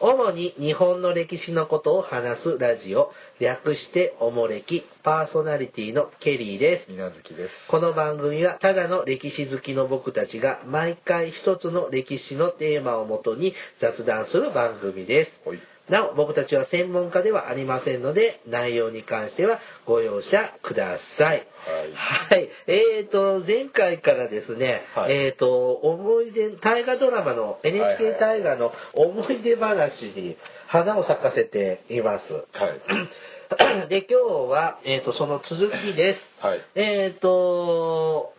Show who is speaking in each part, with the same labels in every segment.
Speaker 1: 主に日本の歴史のことを話すラジオ、略しておもれき、パーソナリティのケリーです。
Speaker 2: みなずきです。
Speaker 1: この番組はただの歴史好きの僕たちが毎回一つの歴史のテーマをもとに雑談する番組です。
Speaker 2: はい。
Speaker 1: なお、僕たちは専門家ではありませんので、内容に関してはご容赦ください。はい。えーと、前回からですね、
Speaker 2: はい
Speaker 1: えーと、思い出、大河ドラマの、
Speaker 2: はいはい
Speaker 1: NHK 大河の思い出話に花を咲かせています。
Speaker 2: はい。
Speaker 1: で、今日は、えーと、その続きです。
Speaker 2: はい
Speaker 1: えーと、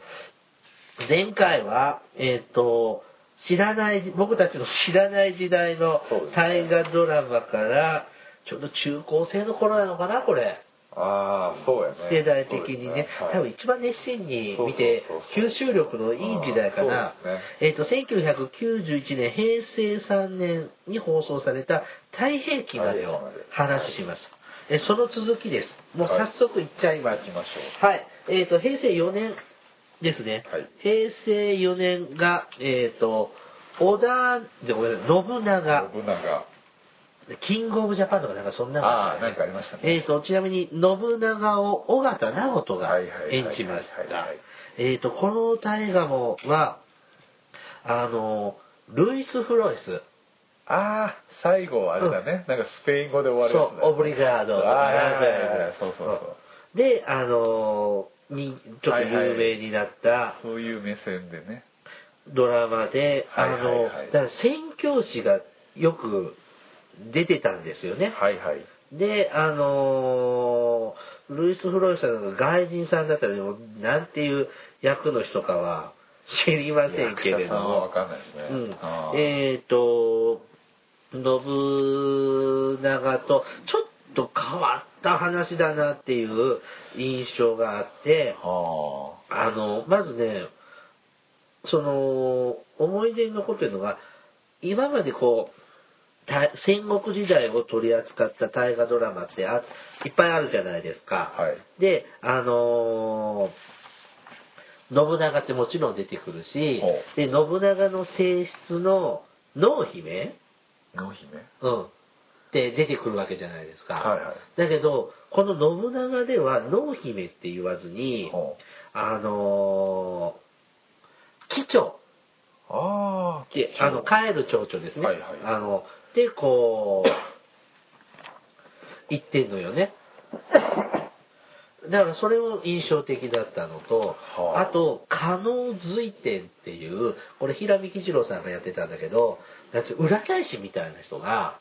Speaker 1: 前回は、えーと、知らない、僕たちの知らない時代の
Speaker 2: そうですね
Speaker 1: 大河ドラマから、ちょうど中高生の頃なのかな、これ。
Speaker 2: ああ、そうやね。
Speaker 1: 世代的にね、
Speaker 2: そうです
Speaker 1: 多
Speaker 2: は
Speaker 1: 分
Speaker 2: い
Speaker 1: 一番熱心に見て
Speaker 2: そうそう、そう
Speaker 1: 吸収力のいい時代かな
Speaker 2: あーそうで。
Speaker 1: えっ、と、1991年、平成3年に放送された、太平記までを話しました。えその続きです。もう早速いっちゃいます。
Speaker 2: 行きましょ
Speaker 1: はい。えっ、と、平成4年ですね。
Speaker 2: はい
Speaker 1: 平成4年が、えっ、と、織田、じゃごめんなさい、信長、
Speaker 2: 信長。
Speaker 1: キングオブジャパンとかなんかそんなの
Speaker 2: ああ、
Speaker 1: ったよ
Speaker 2: なん
Speaker 1: ね
Speaker 2: かありましたね。
Speaker 1: えー、とちなみに信長を尾形直人が
Speaker 2: はいはいはい
Speaker 1: 演じまし
Speaker 2: はい
Speaker 1: た
Speaker 2: はい。
Speaker 1: えー、とこの大河もはあのルイス・フロイス
Speaker 2: ああ、最後はあれだね。なんかスペイン語で終わるやつ
Speaker 1: そうオブリガード
Speaker 2: ああ、はいはいはいそうそうそう。
Speaker 1: うんであのにちょっと有名になった
Speaker 2: そういう目線でね。
Speaker 1: ドラマで、
Speaker 2: はいはいはい
Speaker 1: あのだから宣教師がよく出てたんですよね。
Speaker 2: はいはい。
Speaker 1: で、あのールイス・フロイスさんが外人さんだったり、もなんていう役の人かは知りませんけれ
Speaker 2: 役者さ
Speaker 1: ど
Speaker 2: んはわ
Speaker 1: も、
Speaker 2: かんないですね。
Speaker 1: うん
Speaker 2: あ、ー
Speaker 1: えっ、と、信長とちょっと変わった話だなっていう印象があって、
Speaker 2: は
Speaker 1: あの、まずね、その、思い出に残ってるのが、今までこう、た戦国時代を取り扱った大河ドラマってあいっぱいあるじゃないですか。
Speaker 2: はい
Speaker 1: で、あのー信長ってもちろん出てくるし
Speaker 2: ほう、
Speaker 1: で、信長の性質の濃姫、
Speaker 2: あ。野姫。
Speaker 1: うん、って出てくるわけじゃないですか。
Speaker 2: はいはい
Speaker 1: だけど、この信長では濃姫って言わずに、
Speaker 2: ほう
Speaker 1: あのー、機長
Speaker 2: ああ。
Speaker 1: って、あの、帰る蝶々ですね。
Speaker 2: はいはい
Speaker 1: あの、で、こう、行ってんのよね。だからそれも印象的だったのと、
Speaker 2: はあ
Speaker 1: あと、可能随天っていう、これ平見吉郎さんがやってたんだけど、なんていう裏返しみたいな人が、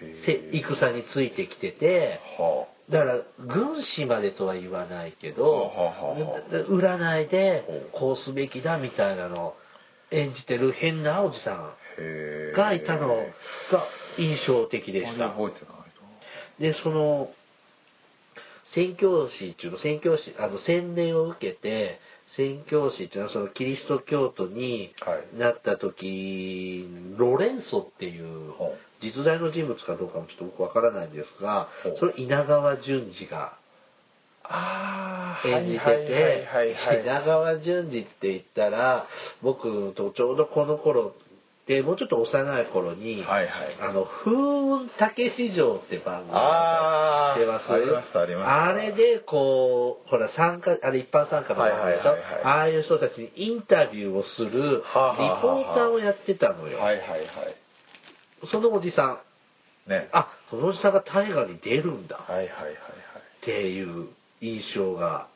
Speaker 2: へ
Speaker 1: せ
Speaker 2: ー
Speaker 1: 戦についてきてて、
Speaker 2: は
Speaker 1: だから軍師までとは言わないけど、
Speaker 2: はあはあはあ
Speaker 1: で占いで
Speaker 2: ほう
Speaker 1: こうすべきだみたいなのを演じてる変なおじさ
Speaker 2: あ。へ
Speaker 1: ん
Speaker 2: え。
Speaker 1: がいたのが印象的でし
Speaker 2: あ
Speaker 1: た
Speaker 2: んまり覚えてない
Speaker 1: でその宣教師っていうの宣教師あの洗礼を受けて宣教師っていうのはそのキリスト教徒に
Speaker 2: はい
Speaker 1: なった時、ロレンソっていう
Speaker 2: ほう
Speaker 1: 実在の人物かどうかもちょっと僕わからないんですが
Speaker 2: ほう
Speaker 1: それ稲川淳二が
Speaker 2: ああ、
Speaker 1: 演じて
Speaker 2: はいはいはい
Speaker 1: て
Speaker 2: はい。
Speaker 1: 品川淳二って言ったら僕とちょうどこの頃ってもうちょっと幼い頃に「
Speaker 2: はいはい
Speaker 1: あの風雲たけし城」って番組
Speaker 2: あー
Speaker 1: 知ってます
Speaker 2: ありましたありました
Speaker 1: あれでこうほら参加あれ一般参加の番組でしょ、
Speaker 2: はいはいはいはい
Speaker 1: ああいう人たちにインタビューをするリポ
Speaker 2: はあはあはあ
Speaker 1: ーターをやってたのよ、
Speaker 2: はいはいはい。
Speaker 1: そのおじさん
Speaker 2: ね。
Speaker 1: あそのおじさんが大河に出るんだ
Speaker 2: はいはいはいはい。
Speaker 1: っていう印象が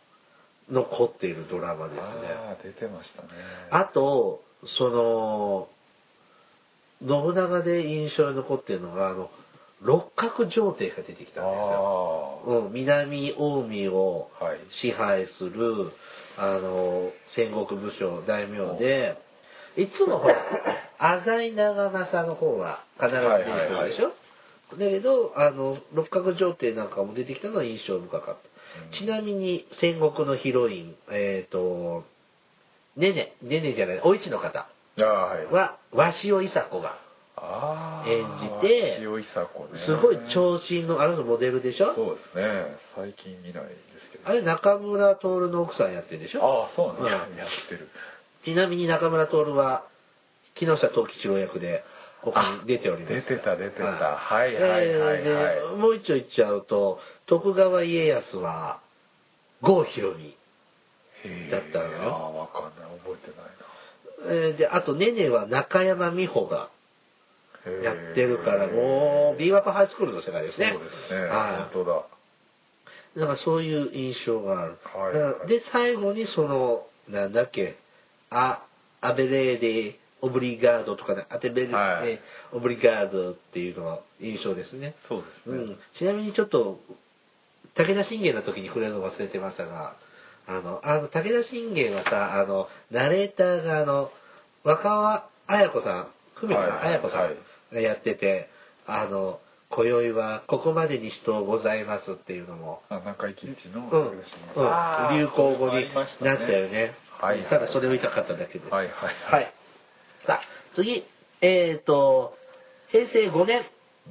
Speaker 1: 残っているドラマですね。
Speaker 2: ああ、出てましたね。
Speaker 1: あと、その、信長で印象に残ってるのが、あの、六角城帝が出てきたんです
Speaker 2: あ
Speaker 1: よ。
Speaker 2: ー
Speaker 1: うん、南近江を
Speaker 2: はい
Speaker 1: 支配する、あの、戦国武将、大名で、いつもほ ら、浅井長政の方は必ず出てくるでしょ、だけど、あの、六角城帝なんかも出てきたのは印象深かった。
Speaker 2: うん
Speaker 1: ちなみに、戦国のヒロイン、えっ、と、ねね、ねねじゃない、お市の方
Speaker 2: あーはい。
Speaker 1: は、鷲尾いさ子が
Speaker 2: あー
Speaker 1: 演じて、
Speaker 2: 塩いさこね。
Speaker 1: すごい長身の、あの人モデルでしょ
Speaker 2: そうですね。最近見ないですけど。
Speaker 1: あれ、中村徹の奥さんやってるでしょ
Speaker 2: ああ、そうなんだ。
Speaker 1: うん
Speaker 2: やってる。
Speaker 1: ちなみに中村徹は、木下藤吉郎役で、ここに出ております
Speaker 2: 出てた出てた
Speaker 1: は
Speaker 2: はいはいはいはい
Speaker 1: えーでもう一丁言っちゃうと徳川家康は郷ひろみ、
Speaker 2: へー
Speaker 1: だったのよ
Speaker 2: あーわかんない覚えてない
Speaker 1: えーであとねねは中山美穂が
Speaker 2: なへー
Speaker 1: やってるからもう b ワップハイスクールの世界ですね
Speaker 2: そうですね
Speaker 1: は
Speaker 2: 本当だ
Speaker 1: いだからそういう印象がある、
Speaker 2: はい
Speaker 1: だからで最後にそのなんだっけあアベレーデオブリガードとかねアテベレーデ、
Speaker 2: はい
Speaker 1: オブリガードっていうのが印象ですね
Speaker 2: そうです
Speaker 1: う
Speaker 2: ね、
Speaker 1: ん、ちなみにちょっと武田信玄の時に触れるの忘れてましたがあのあの武田信玄はさあのナレーターがあの若尾綾子さん久美子さん
Speaker 2: はいはい
Speaker 1: 綾子さ
Speaker 2: はい
Speaker 1: んがやってて「あの今宵はここまでにしとうございます」っていうのも、
Speaker 2: あ中井貴一
Speaker 1: う
Speaker 2: の
Speaker 1: んうん、流行語になったよね
Speaker 2: はいはい
Speaker 1: うんただそれを言いたかっただけです、
Speaker 2: はいはい
Speaker 1: は
Speaker 2: はい
Speaker 1: い、さあ次えっ、と平成5年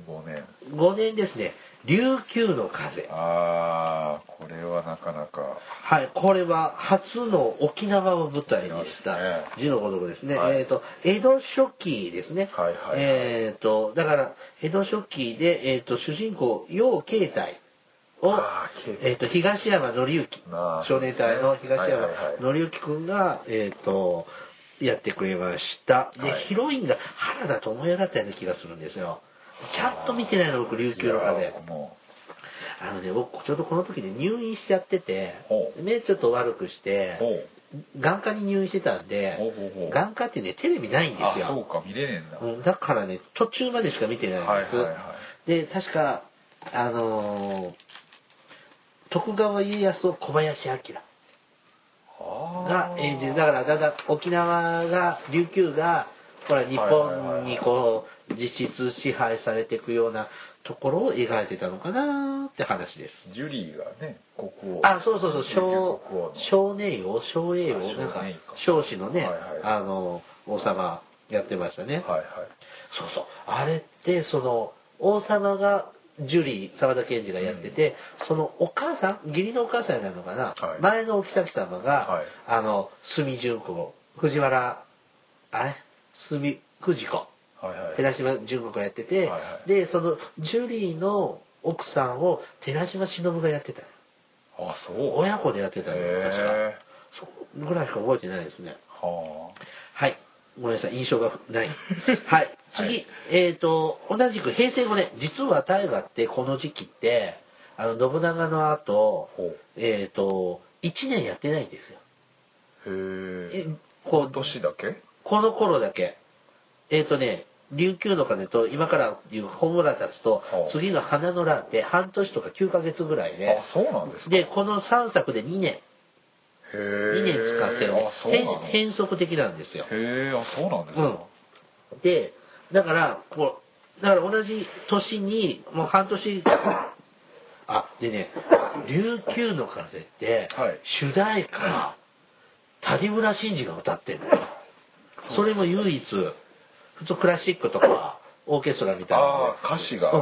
Speaker 2: 5年
Speaker 1: 5年ですね琉球の風
Speaker 2: ああこれはなかなか
Speaker 1: はい、これは初の沖縄を舞台にした字のごとくですね。
Speaker 2: はい
Speaker 1: えっ、と、江戸初期ですね。
Speaker 2: はいはいはい
Speaker 1: えっ、と、だから、江戸初期で、えっ、と、主人公、楊慶太を
Speaker 2: あー慶、太
Speaker 1: えっ、と、東山紀之
Speaker 2: あ、ー
Speaker 1: 少年隊の東
Speaker 2: はいは
Speaker 1: 山
Speaker 2: いはい
Speaker 1: 紀之くんが、えっ、と、やってくれました。で、
Speaker 2: はい
Speaker 1: ヒロインが原田知世だったような気がするんですよ。ちゃんと見てないの、僕、琉球の
Speaker 2: い
Speaker 1: 風。
Speaker 2: や僕も
Speaker 1: あのね、僕、ちょうどこの時で入院しちゃってて
Speaker 2: ほ、う
Speaker 1: 目ちょっと悪くして、
Speaker 2: ほう
Speaker 1: 眼科に入院してたんで
Speaker 2: ほうほうほう、
Speaker 1: 眼科ってね、テレビないんで
Speaker 2: あ
Speaker 1: す
Speaker 2: そう
Speaker 1: よ。
Speaker 2: か見れねえんだ、
Speaker 1: うんだからね、途中までしか見てないんです。
Speaker 2: はいはいは
Speaker 1: で、確か、あのー徳川家康を小林明
Speaker 2: あ
Speaker 1: が
Speaker 2: ー
Speaker 1: 演じる。だから、だんだん沖縄が、琉球が、ほら、日本にこう、実質支配されていくようなところを描いてたのかなーって話です。
Speaker 2: ジュリーがね国王
Speaker 1: あ、そうそうそう、
Speaker 2: 琉球
Speaker 1: 少
Speaker 2: 国王の、
Speaker 1: 少年王、少英王、
Speaker 2: あ
Speaker 1: なんか
Speaker 2: 少年か、
Speaker 1: 少子のね、
Speaker 2: はいはい
Speaker 1: あの、王様やってましたね。
Speaker 2: はいはい
Speaker 1: そうそう、あれって、その、王様が、ジュリー、沢田研二がやってて、そのお母さん、義理のお母さんになるのかな、
Speaker 2: はい
Speaker 1: 前のお妃様が、
Speaker 2: はい
Speaker 1: あの、住純子、藤原、あれ住、藤子。
Speaker 2: はいはい
Speaker 1: 寺島純子がやってて、
Speaker 2: はいはい
Speaker 1: で、その、ジュリーの奥さんを寺島忍がやってたの。
Speaker 2: あそう
Speaker 1: 親子でやってたの
Speaker 2: へ
Speaker 1: 確
Speaker 2: え
Speaker 1: かそこぐらいしか覚えてないですね
Speaker 2: は
Speaker 1: はいごめんなさい印象がない はい次、
Speaker 2: はい
Speaker 1: えっ、と同じく平成5年実は大河ってこの時期ってあの信長の後
Speaker 2: ほう
Speaker 1: えっ、と1年やってないんですよ
Speaker 2: あへえ
Speaker 1: えこ
Speaker 2: 今
Speaker 1: う
Speaker 2: 年だけ
Speaker 1: この頃だけえっ、とね琉球の鐘と今からいう本村たちと
Speaker 2: ほう
Speaker 1: 次の花の乱って半年とか9ヶ月ぐらいで、
Speaker 2: あそうなんですか
Speaker 1: でこの3作で2年
Speaker 2: へ
Speaker 1: 2年使ってる
Speaker 2: えあそうなのへ
Speaker 1: 変変則的なんですよ。
Speaker 2: えあそうなんです
Speaker 1: うん
Speaker 2: か、、
Speaker 1: でだからこうだから同じ年にもう半 年あでね「琉球の風」って、
Speaker 2: はい
Speaker 1: 主題歌谷村新司が歌ってるのよそれも唯一普通クラシックとかオーケストラみたいなので
Speaker 2: ああ歌詞が、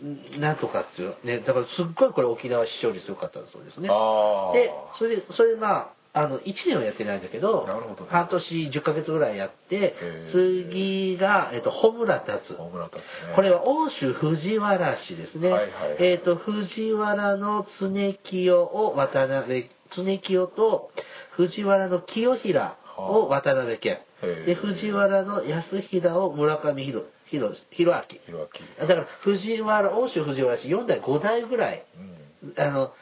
Speaker 1: うん、なんとかっていうねだからすっごいこれ沖縄視聴率良かったそうですね
Speaker 2: ああ
Speaker 1: でそれでそれでまああの1年はやってないんだけど
Speaker 2: なるほどね
Speaker 1: 半年10ヶ月ぐらいやって
Speaker 2: へー
Speaker 1: 次が、えっと、穂村達
Speaker 2: 大村達ね
Speaker 1: これは欧州藤原氏ですね、
Speaker 2: はいはいはい
Speaker 1: えっと藤原の常清を渡辺常清と藤原の清平を渡辺家、
Speaker 2: へー
Speaker 1: で藤原の安平を村上弘弘弘明
Speaker 2: ひろあき
Speaker 1: だから藤原欧州藤原氏4代5代ぐらい
Speaker 2: うん
Speaker 1: あの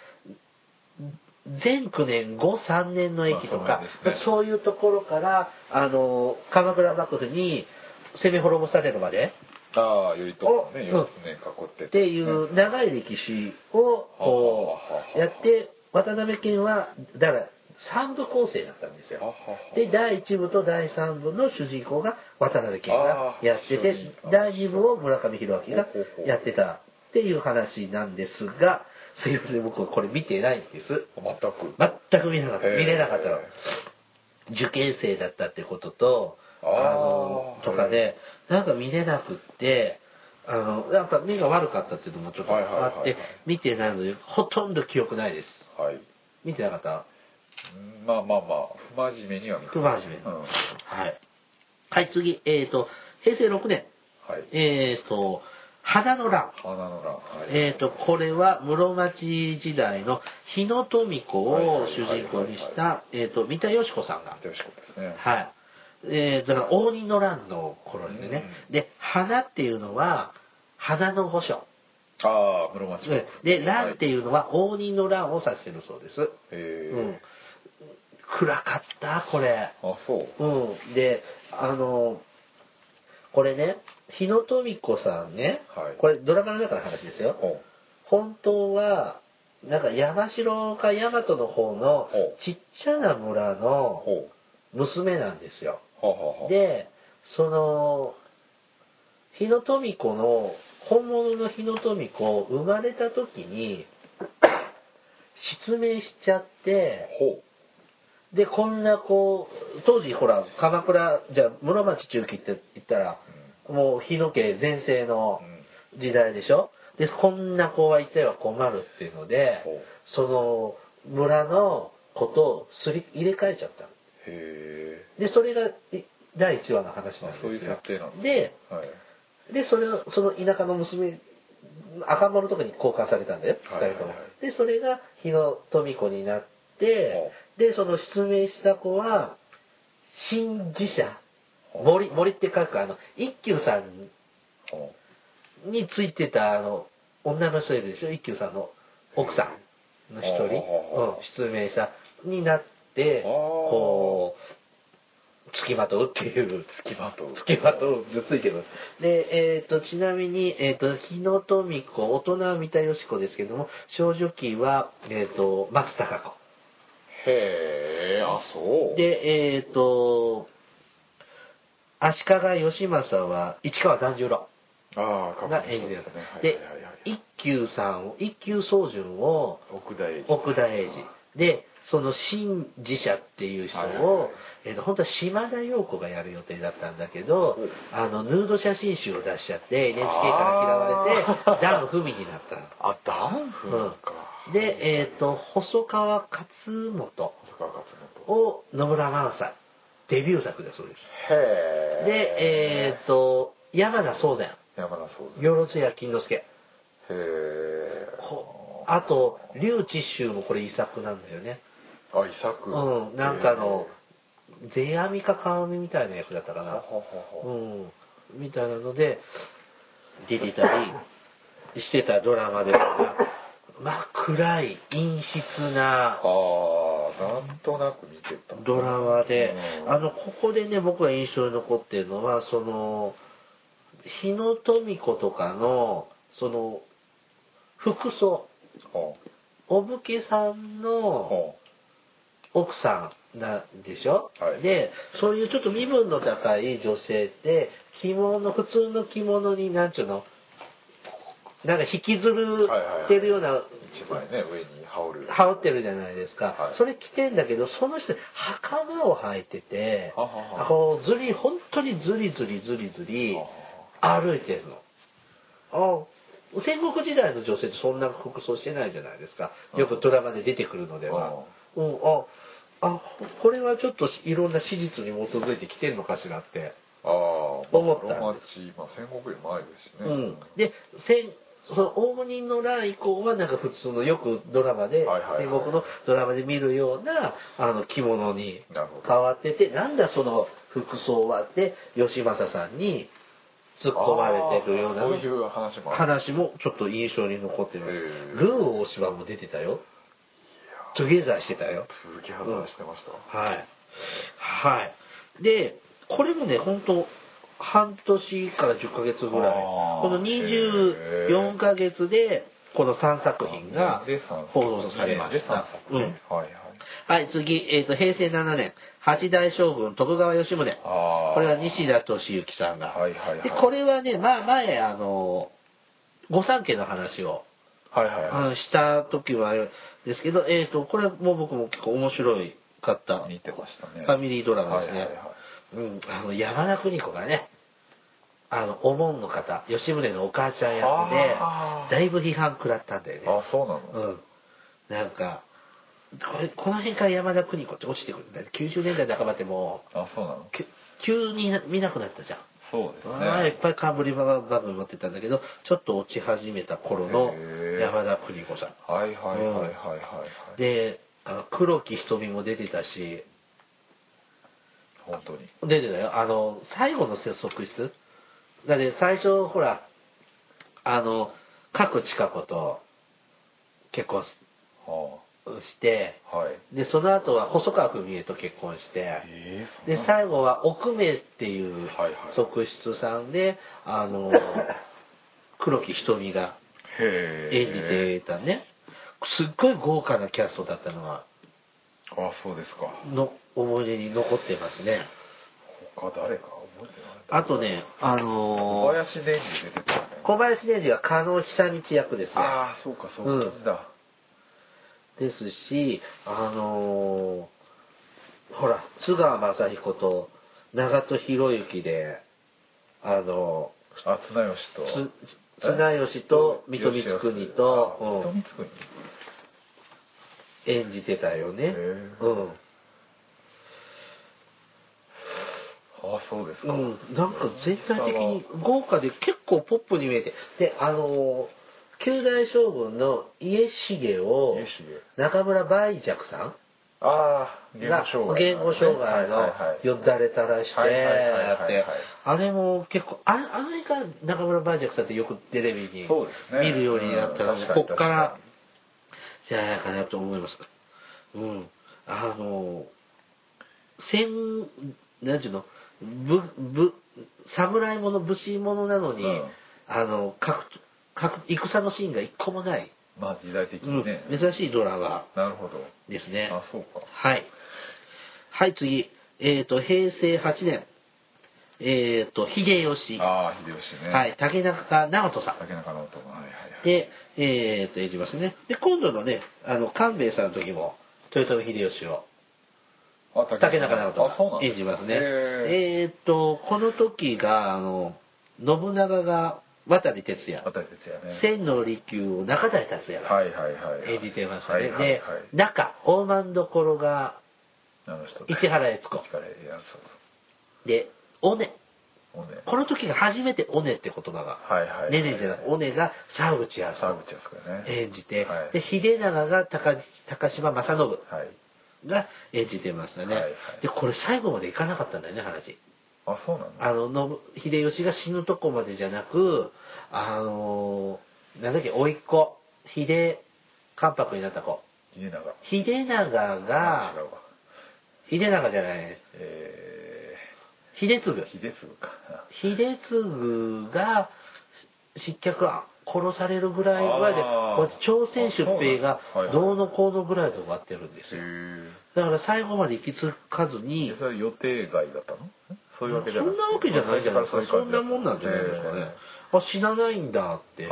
Speaker 1: 全9年後3年の駅と
Speaker 2: まあ
Speaker 1: か、
Speaker 2: そうですね
Speaker 1: そういうところからあの鎌倉幕府に攻め滅ぼされるまで
Speaker 2: ああ頼朝をね
Speaker 1: うん
Speaker 2: 4つね囲って
Speaker 1: っ
Speaker 2: って
Speaker 1: いう長い歴史をこうやって渡辺県はだから3部構成だったんですよ。で第1部と第3部の主人公が渡辺謙がやって
Speaker 2: あー主
Speaker 1: て
Speaker 2: 人公
Speaker 1: 第2部を村上弘明が
Speaker 2: ほうほうほう
Speaker 1: やってたっていう話なんですがすいません僕はこれ見てないんです
Speaker 2: 全く
Speaker 1: 全く見なかった
Speaker 2: へー
Speaker 1: 見れなかったの受験生だったってことと
Speaker 2: あー
Speaker 1: のとかでなんか見れなくってあのなんか目が悪かったっていうのもちょっと
Speaker 2: はいはいはいはい
Speaker 1: あって見てないのでほとんど記憶ないです
Speaker 2: はい
Speaker 1: 見てなかった
Speaker 2: うんまあまあまあ不真面目には見て
Speaker 1: 不真面目
Speaker 2: うん
Speaker 1: はい。はい、次、えっ、と、平成6年、
Speaker 2: はい。
Speaker 1: えっ、と、花の乱。
Speaker 2: 花の乱。はい。
Speaker 1: えっ、と、これは室町時代の日野富子を主人公にし
Speaker 2: は
Speaker 1: た、えっ、と、三田佳子さんが、
Speaker 2: よろしくですね。
Speaker 1: はい。えー、だから、応仁の乱の頃ですね。で、花っていうのは、花の御所。
Speaker 2: ああ、室町国。
Speaker 1: で、乱って
Speaker 2: はい。
Speaker 1: いうのは、応仁の乱を指してるそうです。
Speaker 2: え
Speaker 1: う
Speaker 2: ー
Speaker 1: ん。暗かった、これ。
Speaker 2: あ、そう。
Speaker 1: うん。で、あの、これね、日野富子さんね、
Speaker 2: はい
Speaker 1: これドラマの中の話ですよ。
Speaker 2: ほ
Speaker 1: 本当は、なんか山城か大和の方の
Speaker 2: ほう
Speaker 1: ちっちゃな村
Speaker 2: う。
Speaker 1: の
Speaker 2: ほ
Speaker 1: 娘なんですよ。
Speaker 2: う。ははは。、
Speaker 1: で、その、日野富子の、本物の日野富子、生まれた時に、失明しちゃって、
Speaker 2: ほ
Speaker 1: で、こんなこう、当時ほら、鎌倉、じゃあ室町中期って言ったら、もう日野家全盛の
Speaker 2: う。うん。
Speaker 1: 時代でしょで、こんな子がいては困るっていうので
Speaker 2: ほう、
Speaker 1: その村のことをすり入れ替えちゃったの。
Speaker 2: へ
Speaker 1: で、それがい第1話の話なんですよ
Speaker 2: あ。そういう設定なん
Speaker 1: で
Speaker 2: え。はい。
Speaker 1: で、それを、その田舎の娘、赤ん坊の時に交換されたんだよ、
Speaker 2: はいはい
Speaker 1: 二人とも
Speaker 2: は。
Speaker 1: で、それが日野富子になって、で、その失明した子は、新寺社、森、森って書く、あの、一休さん
Speaker 2: ほ
Speaker 1: についてた、あの、女の人いるでしょ、一休さんの奥さんの一人、
Speaker 2: へえ
Speaker 1: うん、失明した、になって、
Speaker 2: あー
Speaker 1: こう、付きまとうっていう。
Speaker 2: う。付きまとう。
Speaker 1: 付きまとう、ついてる。で、えっ、と、ちなみに、えっ、と、日野富子、大人は三田佳子ですけども、少女期は、えっ、と、松たか
Speaker 2: へえ、あ、そ
Speaker 1: 子。
Speaker 2: う。、
Speaker 1: で、えっ、と、足利義政は、市川團十郎
Speaker 2: ああ、かっこ
Speaker 1: が
Speaker 2: いい
Speaker 1: 演じてください。
Speaker 2: で
Speaker 1: です
Speaker 2: ねはいはいはいは、い
Speaker 1: 一休さんを、一休宗純を、
Speaker 2: 奥田英二。
Speaker 1: 奥田英二。で、その新寺社っていう人を、
Speaker 2: はいはいはい
Speaker 1: えーと本当は島田陽子がやる予定だったんだけど
Speaker 2: うん、
Speaker 1: あの、ヌード写真集を出しちゃって、NHK から嫌われ
Speaker 2: あ
Speaker 1: て、
Speaker 2: ー
Speaker 1: ダン不備になったの。
Speaker 2: あ、ダンフか。
Speaker 1: で、えっ、と、細川勝元
Speaker 2: 細川勝元。
Speaker 1: を野村萬斎、デビュー作だそうです。
Speaker 2: へえ。
Speaker 1: で、えっ、と、山田宗然、
Speaker 2: 山田そうです。へ
Speaker 1: よろつや金之助。
Speaker 2: え。
Speaker 1: こあと、劉智秋もこれ遺作なんだよね。
Speaker 2: あ、遺作。
Speaker 1: うん、なんかあの、世阿弥か川みたいな役だったか
Speaker 2: へー、
Speaker 1: な。
Speaker 2: ほほほ
Speaker 1: うん、みたいなので、出てたりしてたドラマですが、 まあ暗い、陰湿な
Speaker 2: ああ、なんとなく見てた。
Speaker 1: ドラマで、
Speaker 2: うん
Speaker 1: あの、ここでね、僕が印象に残ってるのは、その、日野富子とかの、その、服装、
Speaker 2: ほう
Speaker 1: お武家さんの、
Speaker 2: ほ
Speaker 1: 奥さんなんでしょ、
Speaker 2: はい
Speaker 1: でそういうちょっと身分の高い女性って着物普通の着物になんちゅうのなんか引きずるってるような、
Speaker 2: う一枚ね、上に羽織る。
Speaker 1: 羽織ってるじゃないですか、
Speaker 2: はい
Speaker 1: それ着てんだけどその人袴を履いてて
Speaker 2: ははは
Speaker 1: こうずり本当にずりずりずりずり
Speaker 2: は
Speaker 1: 歩いてるのあ戦国時代の女性ってそんな服装してないじゃないですかよくドラマで出てくるのでは、うん、ああこれはちょっといろんな史実に基づいてきてるのかしらって、
Speaker 2: ああ、
Speaker 1: 思った
Speaker 2: まあロマチ、まあ戦国より前ですし
Speaker 1: う
Speaker 2: ね。
Speaker 1: ん、で戦その応仁の乱以降はなんか普通のよくドラマで、
Speaker 2: はいはいはい
Speaker 1: 戦国のドラマで見るようなあの着物に
Speaker 2: なるほど
Speaker 1: 変わっててなんだその服装はって義政さんに突っ込まれてるような
Speaker 2: あーそういう話もある。
Speaker 1: 話もちょっと印象に残ってます
Speaker 2: へー
Speaker 1: ルー大芝も出てたよトゥゲザーしてたよ
Speaker 2: 続き話してました。
Speaker 1: はい。はい。で、これもね、ほんと、半年から10ヶ月ぐらい。
Speaker 2: あー
Speaker 1: この
Speaker 2: へ
Speaker 1: 24
Speaker 2: ー
Speaker 1: ヶ月で、この3作品が
Speaker 2: レッサン
Speaker 1: 放送されま
Speaker 2: レ
Speaker 1: し
Speaker 2: ッサ
Speaker 1: た
Speaker 2: ン。作
Speaker 1: う
Speaker 2: ね
Speaker 1: ん。
Speaker 2: はいはい。
Speaker 1: はい、次、えっ、と、平成7年、八代将軍、徳川吉宗。
Speaker 2: ああ。
Speaker 1: これは西田敏行さんが。
Speaker 2: はいはいはい
Speaker 1: で、これはね、まあ前、あの、御三家の話を
Speaker 2: はいはい
Speaker 1: あ
Speaker 2: は
Speaker 1: のした時はあれですけど、えっ、と、これも僕も結構面白いかった
Speaker 2: い。見てましたね。
Speaker 1: ファミリードラマですね。
Speaker 2: はいはいはい
Speaker 1: うん、あの、山田邦子がね、あの、お盆の方、吉宗のお母ちゃん
Speaker 2: あ
Speaker 1: 役
Speaker 2: ー
Speaker 1: で、だいぶ批判食らったんだよね。
Speaker 2: あ、そうなの
Speaker 1: うん。なんか、これ、この辺から山田邦子って落ちてくるんだよ。90年代半ばっても
Speaker 2: あ、そうなの
Speaker 1: う、きゅ急に見なくなったじゃん。
Speaker 2: そうですね。
Speaker 1: まあ、いっぱい冠番組持ってたんだけど、ちょっと落ち始めた頃の
Speaker 2: へー
Speaker 1: 山田邦子さん。
Speaker 2: はいはいはいはいはいはい。
Speaker 1: で、あの黒木瞳も出てたし、
Speaker 2: 本当に。
Speaker 1: 出てたよ。あの、最後の接続室だって最初、ほら、あの、各千佳子と結婚し
Speaker 2: は
Speaker 1: して、
Speaker 2: あ、はい。
Speaker 1: で、その後は細川文江と結婚して、
Speaker 2: ええ
Speaker 1: で、最後は奥目っていう
Speaker 2: はいはい
Speaker 1: 側室さんで、あ の、黒木瞳が
Speaker 2: へえ。
Speaker 1: 演じていたね、すっごい豪華なキャストだったのは、
Speaker 2: あ、そうですか。
Speaker 1: の思い出に残ってますね。
Speaker 2: 他誰か覚えてない。
Speaker 1: あとね、あ
Speaker 2: 小
Speaker 1: のー
Speaker 2: 林伝授出てたよね。
Speaker 1: 小林礼二は加納久道役ですね。
Speaker 2: ああ、そうかそうか。
Speaker 1: うん
Speaker 2: だ。
Speaker 1: ですし、あのーほら、津川雅彦と長門博之で、あの
Speaker 2: あ、綱吉と。
Speaker 1: ーつ綱吉と水戸光圀と、
Speaker 2: あ
Speaker 1: うん
Speaker 2: 水戸光圀。
Speaker 1: 演じてたよね。
Speaker 2: へえ
Speaker 1: うん。
Speaker 2: ああ、そうです
Speaker 1: う
Speaker 2: か。
Speaker 1: ん、なんか全体的に豪華で結構ポップに見えてであのー旧大将軍の家重を
Speaker 2: 家重
Speaker 1: 中村梅若さ
Speaker 2: ああ、
Speaker 1: んが言
Speaker 2: 言
Speaker 1: 語
Speaker 2: 語
Speaker 1: 障
Speaker 2: 障
Speaker 1: 害
Speaker 2: 害
Speaker 1: のよだれ垂らして
Speaker 2: はいはいはい
Speaker 1: やっ
Speaker 2: はい
Speaker 1: て
Speaker 2: はい
Speaker 1: あれも結構ああれが中村梅若さんってよくテレビに
Speaker 2: そうですね
Speaker 1: 見るようになった
Speaker 2: うん
Speaker 1: の
Speaker 2: 確か
Speaker 1: こ
Speaker 2: に
Speaker 1: っからじゃないかなと思います。うん、あの戦なんていうのぶぶ侍物武士物なのに、
Speaker 2: うん
Speaker 1: あの格格戦のシーンが一個もない、
Speaker 2: まあ時代的
Speaker 1: う
Speaker 2: に
Speaker 1: ん
Speaker 2: ね。
Speaker 1: 珍しいドラマ
Speaker 2: なるほど。
Speaker 1: ですね。
Speaker 2: あ、そうか。
Speaker 1: はい。はい、次。えっ、と、平成8年。えっ、と、秀吉。
Speaker 2: ああ、秀吉ね。
Speaker 1: はい、竹中直人さん。
Speaker 2: 竹中直人が。はいはいはい。
Speaker 1: で、えっ、と、演じますね。で、今度のね、あの、官兵衛さんの時も、豊臣秀吉を、
Speaker 2: あ
Speaker 1: 竹中直
Speaker 2: あ、そう
Speaker 1: 人
Speaker 2: な
Speaker 1: が
Speaker 2: んで
Speaker 1: 演じますね。
Speaker 2: へえ
Speaker 1: えっ、と、この時が、あの、信長が渡哲也、
Speaker 2: 渡哲也ね。
Speaker 1: 千の利休を中谷達也が
Speaker 2: はいはいはいはい。
Speaker 1: 演じてましたね。
Speaker 2: はいはいはい
Speaker 1: で、中、大満所が、
Speaker 2: あの人ね。
Speaker 1: 市原悦子
Speaker 2: 市原悦子。そう
Speaker 1: で、尾根。
Speaker 2: そう。もうね。
Speaker 1: この時が初めてオネって言葉が、
Speaker 2: はいはいはい
Speaker 1: ねねじゃなくオネが沢口康
Speaker 2: 沢口靖子ね。
Speaker 1: 演じて、
Speaker 2: はい
Speaker 1: で秀長が高高島正信
Speaker 2: はい。
Speaker 1: が演じてましたね、
Speaker 2: はいはい
Speaker 1: でこれ最後までいかなかったんだよね話
Speaker 2: あ、そうなんだ。
Speaker 1: あのの秀吉が死ぬとこまでじゃなくあのーなんだっけ甥っ子秀関白になった子
Speaker 2: 家長。
Speaker 1: 秀長が
Speaker 2: 違うわ。
Speaker 1: 秀長じゃない
Speaker 2: え
Speaker 1: 秀次
Speaker 2: ー、秀次か。
Speaker 1: 秀次が失脚殺されるぐらいまで
Speaker 2: あー
Speaker 1: こう朝鮮出兵が
Speaker 2: あそうなんだはいはい
Speaker 1: どうのこうのぐらいで終わってるんですよ
Speaker 2: へ
Speaker 1: だから最後まで行き着かずに
Speaker 2: え。それ予定外だったのそういうわけじゃ
Speaker 1: そ
Speaker 2: ない
Speaker 1: んなわけじゃないじゃないですかそんなもんなんじゃないですかね、あ死なないんだって
Speaker 2: えー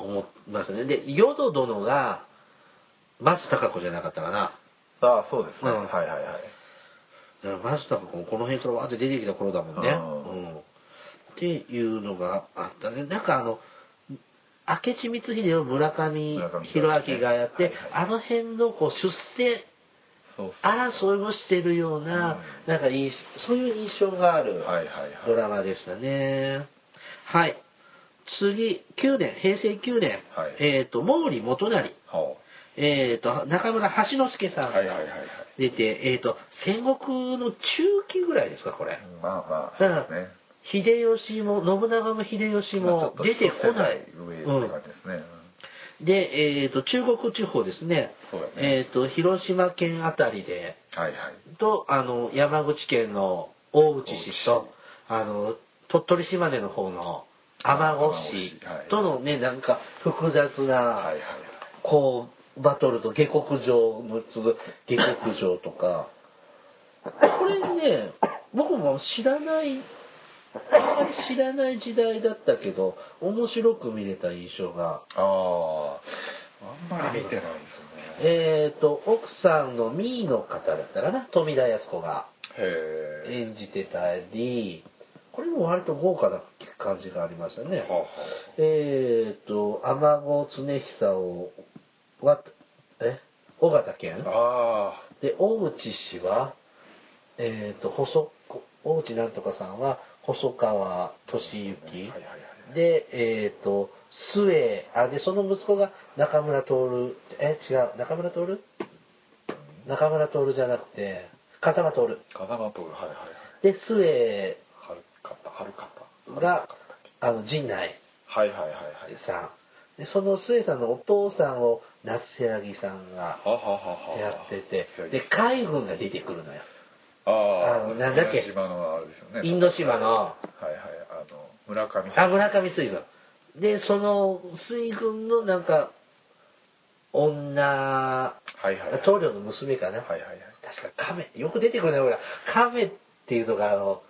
Speaker 2: あ
Speaker 1: 思いますねで淀殿が松たか子じゃなかったかな
Speaker 2: あ。ああ、そうですね。
Speaker 1: うん
Speaker 2: はいはいはい。
Speaker 1: だから松たか子もこの辺からわーって出てきた頃だもんね、
Speaker 2: あー
Speaker 1: うん、っていうのがあったねなんかあの明智光秀を村上
Speaker 2: 村上
Speaker 1: 弘明がやって、
Speaker 2: はいはい
Speaker 1: あの辺のこう出世
Speaker 2: そうそう。
Speaker 1: 争いをしてるような、なんかいいそういう印象がある
Speaker 2: はいはいはい。
Speaker 1: ドラマでしたね。はい。次、9年、平成9年、
Speaker 2: はい
Speaker 1: えっ、と、毛利元就、
Speaker 2: は
Speaker 1: えっ、と、中村橋之助
Speaker 2: あ
Speaker 1: さん
Speaker 2: はいはいはい
Speaker 1: が
Speaker 2: はい。
Speaker 1: 出て、えっ、と、戦国の中期ぐらいですか、これ。
Speaker 2: まあま
Speaker 1: だ
Speaker 2: あ、そ
Speaker 1: か
Speaker 2: うです
Speaker 1: ら
Speaker 2: ね。、
Speaker 1: 秀吉も、信長も秀吉も出てこない。
Speaker 2: ちょっと一世代上って感じです
Speaker 1: う
Speaker 2: ね。
Speaker 1: んで、えっ、と、中国地方ですね。
Speaker 2: そうだね
Speaker 1: えっ、と、広島県あたりで、
Speaker 2: はいはい。
Speaker 1: と、あの、山口県の大内市と、あの、鳥取島根の方の天子市
Speaker 2: はい
Speaker 1: とのね、なんか複雑
Speaker 2: はいは
Speaker 1: な、
Speaker 2: い。
Speaker 1: こう、バトルと下克上のつぐ下克上とか、これね、僕も知らない、あんまり知らない時代だったけど、面白く見れた印象が、
Speaker 2: ああ、あんまり見てないですね。
Speaker 1: えっ、と、奥さんのミーの方だったかな、富田靖子が。
Speaker 2: へえ。
Speaker 1: 演じてたり、これも割と豪華な感じがありましたね。
Speaker 2: はあは
Speaker 1: えっ、と、天子常久を、わ、え、尾形健
Speaker 2: あ。あ
Speaker 1: で、大内氏は、えっ、と、細子、大内なんとかさんは、細川俊
Speaker 2: はいはい
Speaker 1: 之
Speaker 2: はいは
Speaker 1: で、えっ、と、末、あ、で、その息子が中村徹、え、違う、中村徹中村徹じゃなくて、風間徹。
Speaker 2: 風間徹はいはいはい
Speaker 1: で、末
Speaker 2: はるかたはるかた
Speaker 1: が、あの、陣内
Speaker 2: はいはいはいはい
Speaker 1: さん。で、その末さんのお父さんを夏瀬柳さんが
Speaker 2: はははは
Speaker 1: やってて
Speaker 2: 強い、
Speaker 1: で
Speaker 2: です、
Speaker 1: 海軍が出てくるのよ。
Speaker 2: ああ
Speaker 1: あのなんだっけ
Speaker 2: 宮島のあれですよね
Speaker 1: インド島の、
Speaker 2: はいはいあの村上
Speaker 1: あ、
Speaker 2: さん
Speaker 1: 村上水軍。で、その水軍のなんか、女、
Speaker 2: はいはいはい
Speaker 1: 棟梁の娘かな。
Speaker 2: はいはいはい
Speaker 1: 確か亀、よく出てくるね、ほら。亀っていうのが、あの、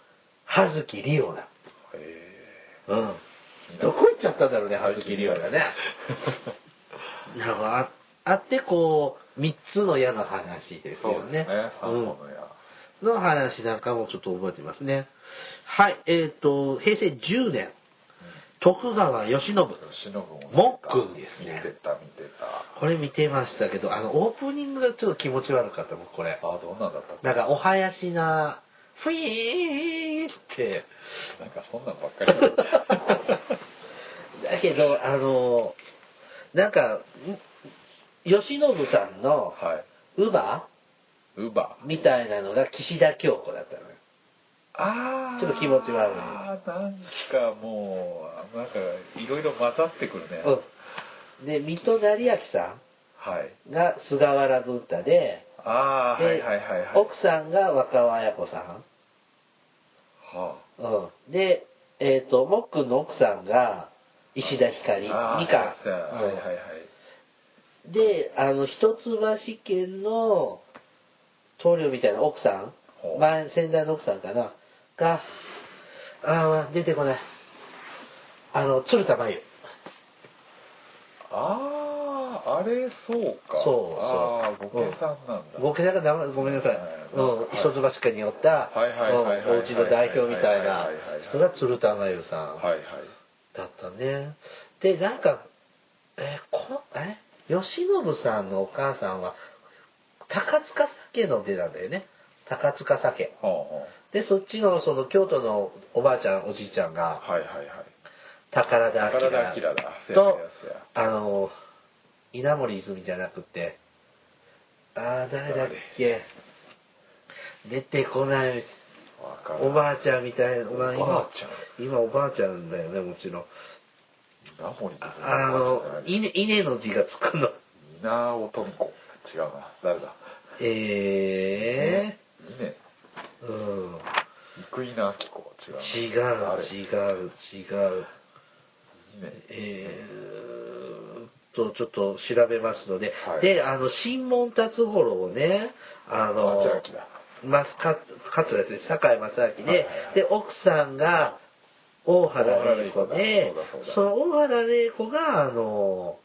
Speaker 1: 葉月リオだ。
Speaker 2: え
Speaker 1: うん。どこ行っちゃったんだろうね、葉月リオが ね。なんかあ、あって、こう、三つの矢の話です
Speaker 2: そう
Speaker 1: よね。
Speaker 2: ですね三
Speaker 1: うん
Speaker 2: 本の矢
Speaker 1: の話なんかもちょっと覚えてますね。はい、えっ、と、平成10年、徳川慶喜。
Speaker 2: 忍も
Speaker 1: もっくんですね
Speaker 2: 見てた見てた
Speaker 1: これ見てましたけど、あの、オープニングがちょっと気持ち悪かった、僕これ。
Speaker 2: あどんなんだったっけ
Speaker 1: なんか、お囃子な、ふいーって。
Speaker 2: なんかそんなんばっかり
Speaker 1: だけど、あの、なんか、ん吉信さんの
Speaker 2: はい
Speaker 1: 乳母
Speaker 2: ウバ
Speaker 1: みたいなのが岸田京子だったのよ。
Speaker 2: あー
Speaker 1: ちょっと気持ち悪い
Speaker 2: あーなんかもうなんかいろいろ混ざってくるね、
Speaker 1: うん。で、水戸成明さ
Speaker 2: はい
Speaker 1: んが菅原文太で、
Speaker 2: ああ
Speaker 1: で
Speaker 2: はいはいはいはい
Speaker 1: 奥さんが若尾彩子さ
Speaker 2: は
Speaker 1: ん。うん。で、えっ、と、もっくんの奥さんが石田ひか
Speaker 2: あ
Speaker 1: り、み
Speaker 2: あー
Speaker 1: か
Speaker 2: そうや
Speaker 1: ん。
Speaker 2: はいはいはい
Speaker 1: うんで、あの、一橋家の棟梁みたいな奥さん
Speaker 2: ほ、う
Speaker 1: 前、先代の奥さんかな、が、あー出てこない。あの、鶴田真由。
Speaker 2: あああれそうか
Speaker 1: そうそう
Speaker 2: ああボケさんなんだ
Speaker 1: ごめんなさい、名前ごめんなさい
Speaker 2: はい。
Speaker 1: うん、一橋家におった、
Speaker 2: はいはいはいはい
Speaker 1: うんお家の代表みたいな
Speaker 2: はいはいはいはい
Speaker 1: 人が鶴田真由さん。
Speaker 2: はいはい
Speaker 1: だったね。で、なんか、えーこ、え、吉信さんのお母さんは、高塚酒の出なんだよね。高塚酒。
Speaker 2: ほう
Speaker 1: で、そっちの、その、京都のおばあちゃん、おじいちゃん
Speaker 2: ほ
Speaker 1: が、
Speaker 2: うはいはいはい
Speaker 1: 宝田明
Speaker 2: 宝田明だせや
Speaker 1: と、
Speaker 2: せや
Speaker 1: あの、稲森泉じゃなくて、あー、誰だっけ。出てこない。
Speaker 2: わかる
Speaker 1: おばあちゃんみたいな、まあ、今
Speaker 2: おばあちゃん
Speaker 1: 今おばあちゃんだよね、もちろん。
Speaker 2: ナモリですね
Speaker 1: あ
Speaker 2: おばあ
Speaker 1: の、
Speaker 2: ちゃんじゃない
Speaker 1: 稲稲の字がつくの。
Speaker 2: 稲尾富子違うな誰だ
Speaker 1: え
Speaker 2: 稲
Speaker 1: えー、うん。
Speaker 2: 生稲晃子違うな
Speaker 1: 違
Speaker 2: 誰
Speaker 1: う、違う、違う。
Speaker 2: 稲
Speaker 1: えーっと、ちょっと調べますので。
Speaker 2: はい
Speaker 1: で、あの、新門達五郎をね、あの、
Speaker 2: 松明だ
Speaker 1: マスカカツラですね、酒井正明で、
Speaker 2: はいはいはい
Speaker 1: で、奥さんが大原玲子で
Speaker 2: 大原玲子だそうだそう、だ
Speaker 1: その大原玲子が、あの、
Speaker 2: 語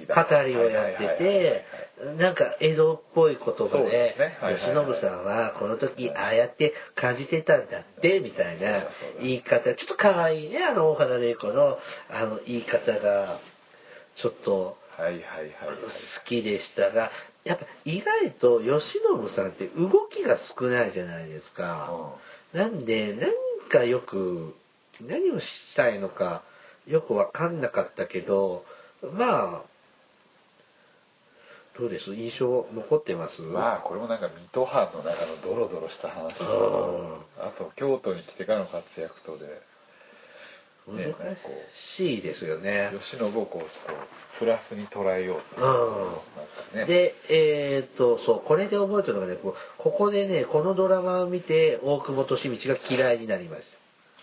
Speaker 2: りだ
Speaker 1: 語りをやってて、なんか江戸っぽい言葉
Speaker 2: そう
Speaker 1: で
Speaker 2: ですね、はいはいはい
Speaker 1: 吉信さんはこの時ああやって感じてたんだって、みたいな
Speaker 2: そうだそうだ
Speaker 1: 言い方、ちょっと可愛いね、あの大原玲子のあの言い方が、ちょっと
Speaker 2: はいはいはいはいはい
Speaker 1: 好きでしたが、やっぱ意外と吉信さんって動きが少ないじゃないですか。なんで、何かよく、何をしたいのかよくわかんなかったけど、まあ、どうです印象残ってます
Speaker 2: うんまあこれもなんか水戸藩の中のドロドロした話
Speaker 1: うん
Speaker 2: あと京都に来てからの活躍とで
Speaker 1: 難しいですよね。
Speaker 2: 吉信をこうちょっとプラスに捉えようってい
Speaker 1: うん
Speaker 2: うなんかね
Speaker 1: で、えーっと、そう、これで覚えてるのがね、こうここでね、このドラマを見て、大久保利通が嫌いになりまし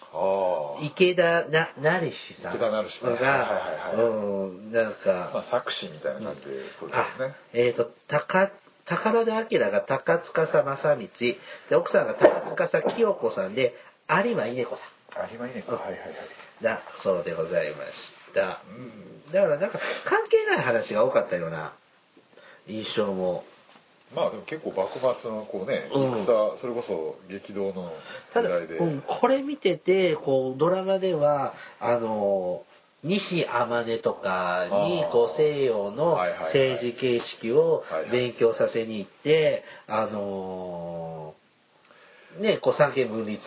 Speaker 1: た。
Speaker 2: ああ
Speaker 1: 池田な、なりしさん。
Speaker 2: 池田成志
Speaker 1: が、
Speaker 2: ねはいはいはい
Speaker 1: うん、なん
Speaker 2: ま
Speaker 1: か、
Speaker 2: あ作詞みたいな感じでそうですよね
Speaker 1: えっ、と、高、宝田明が高塚さ正道、で、奥さんが高塚さ清子さんで、有馬稲子さ
Speaker 2: 有馬稲子
Speaker 1: うん
Speaker 2: はいはいはい
Speaker 1: んだそうでございました。だからなんか、関係ない話が多かったような印象も。
Speaker 2: まあでも結構幕末のこうね戦、
Speaker 1: うん
Speaker 2: それこそ激動の
Speaker 1: た
Speaker 2: 時
Speaker 1: だ、
Speaker 2: 代で、
Speaker 1: うん、これ見てて、こう、ドラマでは、あの、西天音とかに
Speaker 2: あー、
Speaker 1: こう、西洋の
Speaker 2: はいはいはい
Speaker 1: 政治形式を
Speaker 2: はいはい
Speaker 1: 勉強させに行って、あのね、こう三権分立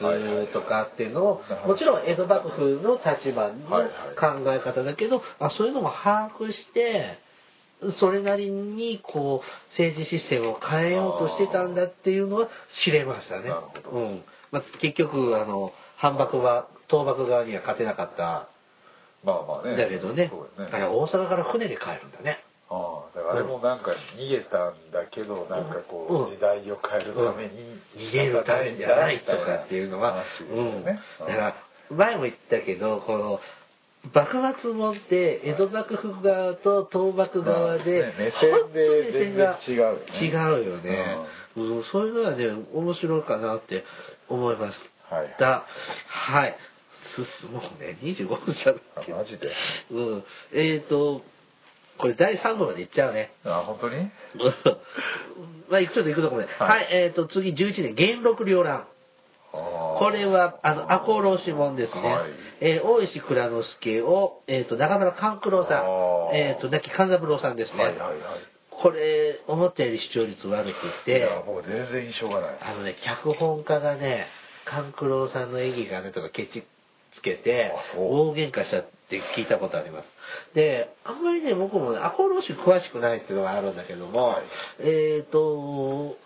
Speaker 1: とかっていうのを、もちろん江戸幕府の立場の
Speaker 3: はい
Speaker 1: 考え方だけど、あそういうのも把握して、それなりにこう政治システムを変えようとしてたんだっていうのは知れましたね。
Speaker 3: なるほど
Speaker 1: うんまあ、結局あの反幕は倒幕側には勝てなかった
Speaker 2: まあまあね
Speaker 1: だけどね
Speaker 2: そうだ
Speaker 1: だ
Speaker 2: よ
Speaker 1: か
Speaker 2: ね
Speaker 1: ら大阪から船で帰るんだね。
Speaker 2: ああだからあれもなんか逃げたんだけどなんかこ
Speaker 1: うん
Speaker 2: う時代を変えるために
Speaker 1: 逃げるためじゃないとかっていうのは、
Speaker 2: 話
Speaker 1: う
Speaker 2: ですよ
Speaker 1: ん、だ
Speaker 2: ね
Speaker 1: から前も言ったけどこの幕末もって江戸幕府側と倒幕側で、
Speaker 2: まあね目線で
Speaker 1: 本当に目線が
Speaker 2: 全然違うよね
Speaker 1: 違うよね、うんそういうのはね面白いかなって思いました
Speaker 2: はいはい
Speaker 1: はい すすもうね25分しゃべって
Speaker 2: あマジで
Speaker 1: うんえーとこれ第3部までいっちゃうね
Speaker 2: あ本当に
Speaker 1: うんまあ、行くちょっと行くとこね。は
Speaker 2: はい
Speaker 1: い、えっ、と、次11年、元禄両乱。こ
Speaker 2: こ
Speaker 1: れは、あの、赤穂浪士門ですね。
Speaker 2: はい
Speaker 1: えー大石蔵之介を、えっ、と、中村勘九郎さ
Speaker 2: あー
Speaker 1: ん、えっ、と、亡き勘三郎さんですね。
Speaker 2: はいはいはい
Speaker 1: これ、思ったより視聴率悪く
Speaker 2: い
Speaker 1: て、
Speaker 2: やもう全然印象がない
Speaker 1: あのね、脚本家がね、勘九郎さんの演技がね、とかケチつけて
Speaker 2: あ、そう
Speaker 1: 大喧嘩したって聞いたことあります。で、あんまりね、僕もね、アコロシ詳しくないっていうのがあるんだけども、
Speaker 2: はい
Speaker 1: えっ、と、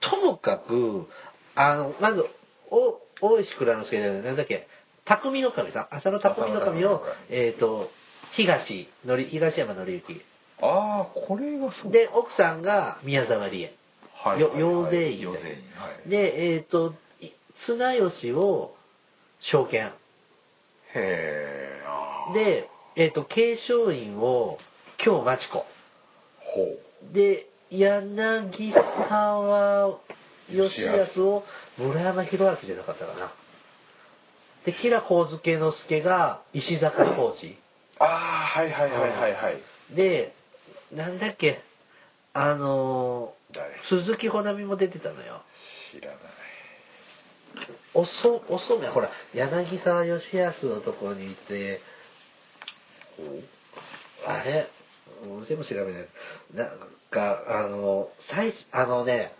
Speaker 1: ともかく、あの、まず、お大石蔵之介で、なんだっけ、匠の神さん、浅野匠の神を
Speaker 2: 浅野匠の、神
Speaker 1: えっ、と、東、のり東山紀之。
Speaker 2: ああこれがそう
Speaker 1: で、奥さんが宮沢りえ。
Speaker 2: はい
Speaker 1: よ養生院
Speaker 2: 養生院はい
Speaker 1: で、えっ、と、い綱吉を証券。
Speaker 2: へえああ
Speaker 1: で、えっ、と、継承院を京町子。
Speaker 2: ほう
Speaker 1: で、柳沢義康を村山弘明じゃなかったかな。で、吉良上野之助が石坂浩二。
Speaker 2: ああはいはいはいはいはい
Speaker 1: で、なんだっけ、あの
Speaker 2: 誰
Speaker 1: ー鈴木保奈美も出てたのよ。
Speaker 2: 知らない
Speaker 1: おそ、おそが、ほら、柳沢義康のところにいて、あれうん全部調べない。なんか、あの、最初、あのね、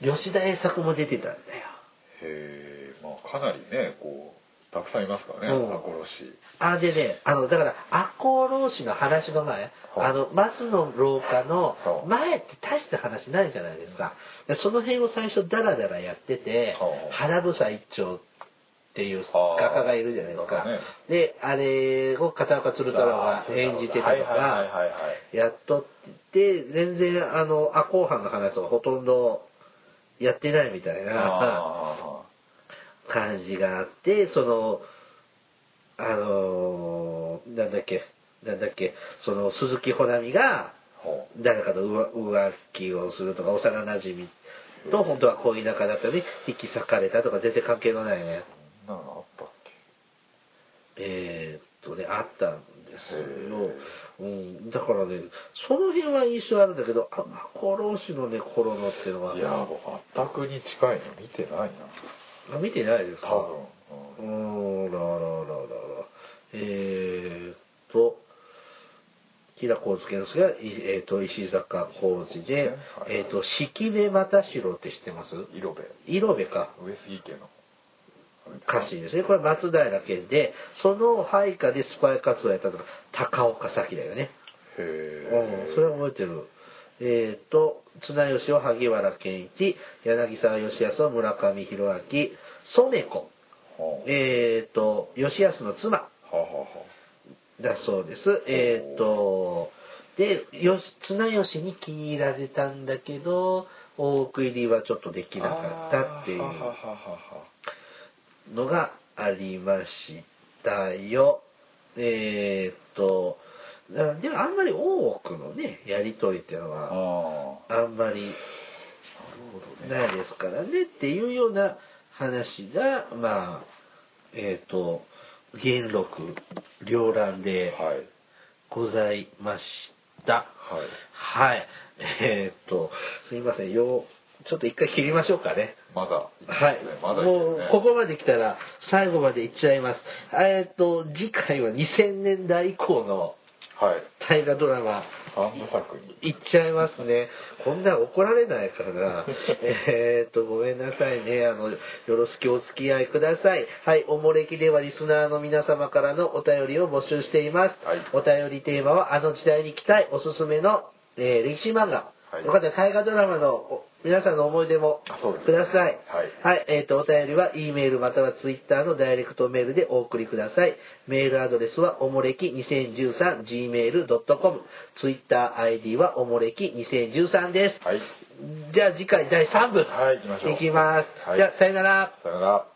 Speaker 1: 吉田栄作も出てたんだよ。
Speaker 2: へえまあかなりねこうたくさんいますからね
Speaker 1: うん
Speaker 2: アコロシ
Speaker 1: あ、でね、あの、だから、赤穂浪士の話の前、
Speaker 2: はい
Speaker 1: あの、松の廊下の
Speaker 2: はい
Speaker 1: 前って大した話ないじゃないですか。でその辺を最初ダラダラやってて
Speaker 2: はい、
Speaker 1: 花房一丁っていう
Speaker 2: は
Speaker 1: 画家
Speaker 2: い
Speaker 1: がいるじゃないですか
Speaker 2: 画家ね。
Speaker 1: で、あれを片岡鶴太郎が演じてた
Speaker 2: はい
Speaker 1: と
Speaker 2: はいはい
Speaker 1: か、
Speaker 2: はいはい
Speaker 1: やっとって、全然、あの、赤後半の話はほとんどやってないみたいな
Speaker 2: あ
Speaker 1: 感じがあって、その、あのーなんだっけ、なんだっけ、その、鈴木保奈美が、
Speaker 2: あほう
Speaker 1: 誰かと浮気をするとか、幼馴染と本当は恋仲だったり、引き裂かれたとか、全然関係のないね。
Speaker 2: そんなのあったっけ
Speaker 1: えーっとね、あったんですよ
Speaker 2: へ。
Speaker 1: うん、だからね、その辺は印象あるんだけど、あ、厚労士のね、頃のっていうのは、
Speaker 2: いやもう全くに近いの見てないな
Speaker 1: あ見てないですか
Speaker 2: 多
Speaker 1: う
Speaker 2: 分、うん
Speaker 1: ーん、ららららら。えーっと、平光介ですが、いえーっと、石坂浩二で、
Speaker 2: はい
Speaker 1: えーっと、敷部又城って知ってます
Speaker 2: 色部
Speaker 1: 色部か。
Speaker 2: 上杉家の
Speaker 1: 家臣ですね。これ松平健で、その配下でスパイ活動をやったのが高岡早紀だよね。
Speaker 2: へえ、
Speaker 1: うん、それは覚えてる。えっ、と、綱吉を萩原健一、柳沢義康を村上弘明、染子、
Speaker 2: はあ
Speaker 1: えっ、と、義康の妻
Speaker 2: はあは
Speaker 1: だそうです。えっ、と、で、よし綱吉に気に入られたんだけど、大奥入りはちょっとでき
Speaker 2: あ
Speaker 1: なかったってい
Speaker 2: あーはあは
Speaker 1: う
Speaker 2: あはあは
Speaker 1: のがありましたよ。えっ、と、なでもあんまり大奥のね、やりとりっていうの
Speaker 2: あ
Speaker 1: は、
Speaker 2: あ
Speaker 1: あんまり
Speaker 2: あなるほどね
Speaker 1: ないですからねっていうような話が、まあ、えっ、と、元禄、両乱で
Speaker 2: はいはい
Speaker 1: ございました。はい。えっ、と、すいません、よう、ちょっと一回切りましょうかね。
Speaker 2: まだいいですね
Speaker 1: はい。
Speaker 2: まだいい
Speaker 1: も
Speaker 2: で
Speaker 1: う
Speaker 2: すね、
Speaker 1: ここまで来たら、最後までいっちゃいます。えっ、と、次回は2000年代以降の、
Speaker 2: はい。
Speaker 1: 大河ドラマ、
Speaker 2: 三部作に。
Speaker 1: いっちゃいますね。こんな怒られないから な。えーっと、ごめんなさいね。あの、よろしくお付き合いください。はい、おもれきではリスナーの皆様からのお便りを募集しています。
Speaker 2: はい
Speaker 1: お便りテーマは、あの時代に行きたいおすすめの、えー歴史漫画。
Speaker 2: はい
Speaker 1: よかったら大河ドラマのお皆さんの思い出も
Speaker 2: あそうです
Speaker 1: く
Speaker 2: ね
Speaker 1: ださい。
Speaker 2: はい
Speaker 1: はい、えっ、と、お便りは E メールまたは Twitter のダイレクトメールでお送りください。メールアドレスはおもれき 2013gmail.com。TwitterID はおもれき2013です。
Speaker 2: はい。
Speaker 1: じゃあ次回第3部。
Speaker 2: はい行きましょう
Speaker 1: いきます。
Speaker 2: はい
Speaker 1: じゃあ、さよなら。
Speaker 2: さよなら。